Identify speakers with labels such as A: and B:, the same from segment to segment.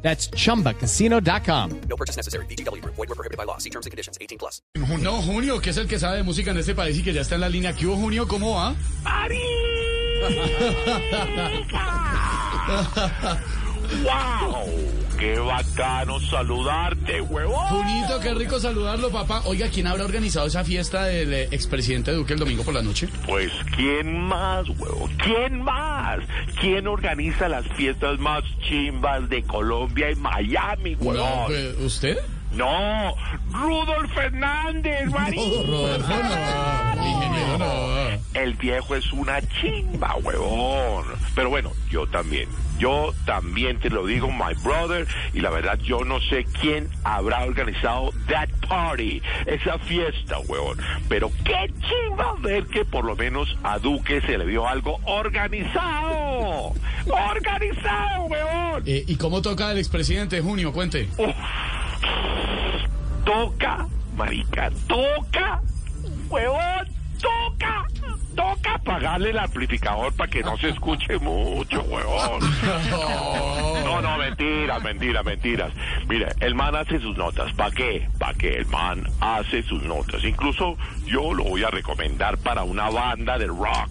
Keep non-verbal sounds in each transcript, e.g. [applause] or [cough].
A: That's chumbacasino.com.
B: No purchase necessary. BGW. Void were prohibited by law. See terms and conditions. 18 plus.
C: En junio. No, Junio, que es el que sabe de música en este país y que ya está en la línea. ¿Qué hubo, Junio? ¿Cómo va?
D: ¡Marica! [laughs] ¡Wow! ¡Qué bacano saludarte, huevón!
C: Junito, qué rico saludarlo, papá. Oiga, ¿quién habrá organizado esa fiesta del eh, expresidente Duque el domingo por la noche?
D: Pues, ¿quién más, huevón? ¿Quién más? ¿Quién organiza las fiestas más chimbas de Colombia y Miami,
C: No,
D: huevón?
C: pues, ¿Usted?
D: No, Rudolf Fernández,
C: Rodolfo, Oh, no. Ingeniero,
D: marica.
C: no.
D: El viejo es una chimba, huevón. Pero bueno, yo también. Yo también te lo digo, my brother. Y la verdad, yo no sé quién habrá organizado that party, esa fiesta, huevón. Pero qué chimba ver que por lo menos a Duque se le vio algo organizado. ¡Organizado, huevón!
C: Eh, ¿Y cómo toca el expresidente Junio? Cuente.
D: Uf. Toca, marica, toca, huevón, toca, toca apagarle el amplificador para que no se escuche mucho, huevón. No, no, mentiras, mentiras, mentiras. Mira, el man hace sus notas. ¿Para qué? Para que el man hace sus notas. Incluso yo lo voy a recomendar para una banda de rock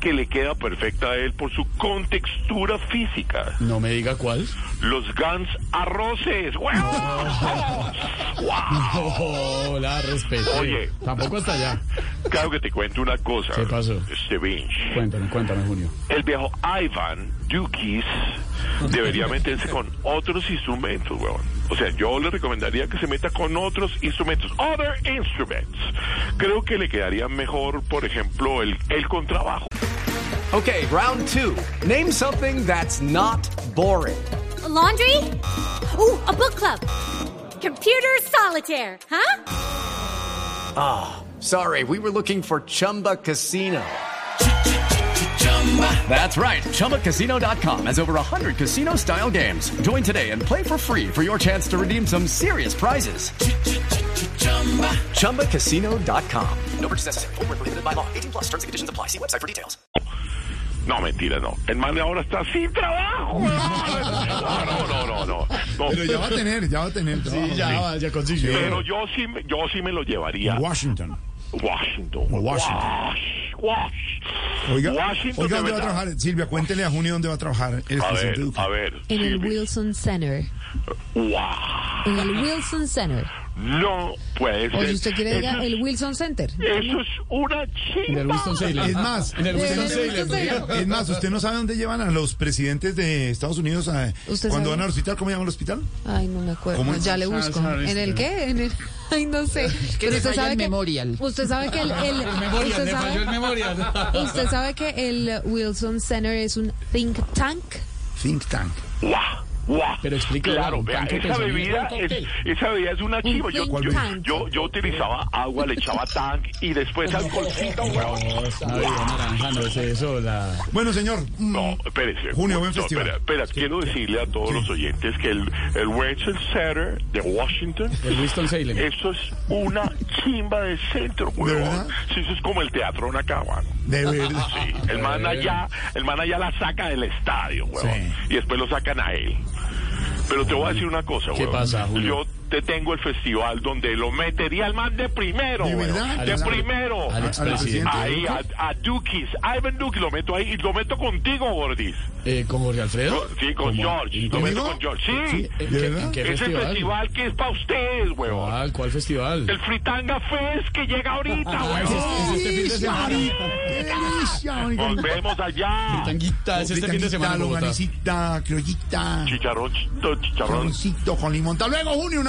D: que le queda perfecta a él por su contextura física.
C: No me diga cuál.
D: Los Guns Arroces. ¡Guau!
C: Ah.
D: ¡Guau!
C: [laughs] Hola, respeto.
D: Oye.
C: Tampoco hasta allá.
D: Claro que te cuento una cosa.
C: ¿Qué pasó?
D: Este Vinch.
C: Cuéntame, cuéntame, Junio.
D: El viejo Ivan Dukis debería meterse con otros instrumentos, weón. O sea, yo le recomendaría que se meta con otros instrumentos. Other instruments. Creo que le quedaría mejor, por ejemplo, el, el contrabajo.
E: Okay, round two. Name something that's not boring.
F: A laundry? Ooh, a book club. Computer solitaire, huh?
E: Sorry, we were looking for Chumba Casino. That's right. ChumbaCasino.com has over 100 casino style games. Join today and play for free for your chance to redeem some serious prizes. ChumbaCasino.com.
B: No purchase necessary. Void were prohibited by law. 18 plus terms and conditions apply. See website for details.
D: No, mentira, no. El man ahora está sin trabajo, weón. No, no, no, no. no. No.
G: Pero ya va a tener, ya va a tener.
C: Sí, ya, va, ya consiguió.
D: Pero yo sí, me- yo sí me lo llevaría.
G: Washington.
D: Washington.
G: O Washington.
D: Wash, wash.
G: Oiga,
D: Washington de
G: oiga, ¿dónde va a
D: verdad.
G: trabajar? Silvia, cuéntele a Junio dónde va a trabajar el
D: A ver,
G: presidente Duque.
D: a ver.
H: En el
D: Silvia.
H: Wilson Center.
D: Guau.
H: En el Wilson Center.
D: No puede
H: O
D: ser.
H: si usted quiere, diga
D: eso, es-
H: el Wilson Center.
D: eso es una
C: En el
D: chimba.
C: Winston Salem.
G: Es más,
C: en el Winston
H: En el
C: Salem.
H: Winston-Salem.
G: Es más, usted no sabe dónde llevan a los presidentes de Estados Unidos a-
H: ¿Usted
G: cuando
H: sabe?
G: van al hospital. ¿Cómo llaman al hospital?
H: Ay, no me acuerdo.
G: ¿Cómo es?
H: Ya le busco.
C: Ah,
H: ¿En el qué? En el... [laughs] Ay, no sé. Pero usted sabe que... Memorial. Usted sabe que el... el-
C: Memorial,
H: usted,
C: le falló el [laughs]
H: sabe,
C: memorial.
H: usted sabe que el Wilson Center es un think tank.
G: Think Tank.
D: Guau, guau.
C: Pero explique,
D: Claro,
C: Laura,
D: vea,
C: ¿cuánto
D: esa
C: pensamiento?
D: bebida,
C: ¿Cuál
D: es, esa bebida es una chimba. Yo,
H: think
D: yo,
H: tank.
D: yo, yo utilizaba agua, le echaba tank y después alcoholcito, weón.
C: Ay, naranja, no es eso, la...
G: Bueno, señor. mm,
D: No, espérese.
G: Junio, buen
D: No,
G: festival.
D: espera, espera, quiero decirle a todos los oyentes que el, el Wilson Center de Washington
C: El Winston Salem.
D: Eso es una chimba de centro,
G: verdad?
D: huevón. Sí, eso es como el teatro Nacabano.
G: De verdad.
D: Sí, el man allá, el man allá la saca del estadio, huevón.
G: Sí.
D: Y después lo sacan a él. Pero te voy a decir una cosa, huevón.
C: pasa, Julio?
D: Yo te tengo el festival donde lo metería al man de primero,
G: ¿De
D: huevón.
G: verdad?
D: De
G: Al-
D: primero.
C: al expresidente.
D: Ahí, a, a Dukis, a Ivan Dukis, lo meto ahí y lo meto contigo, Gordis.
C: Eh, ¿Con Jorge Alfredo?
D: Sí, con
C: ¿Cómo?
D: George.
C: ¿Y
D: Lo meto
G: conmigo?
D: con George. Sí.
C: ¿En
G: ¿De
C: qué-
G: verdad?
C: en qué
D: Ese festival que es para ustedes, huevón.
C: Ah, ¿cuál festival?
D: El Fritanga Fest que llega ahorita, huevón.
C: Es este fin de
G: Ish,
C: semana.
G: marica, ish, marica.
D: Nos vemos allá.
C: Tanguita, es este fin de semana en Bogotá.
G: longanicita, criollita,
D: Chicharrón, chicharrón.
G: chicharroncito con limón. Hasta luego, Junio, un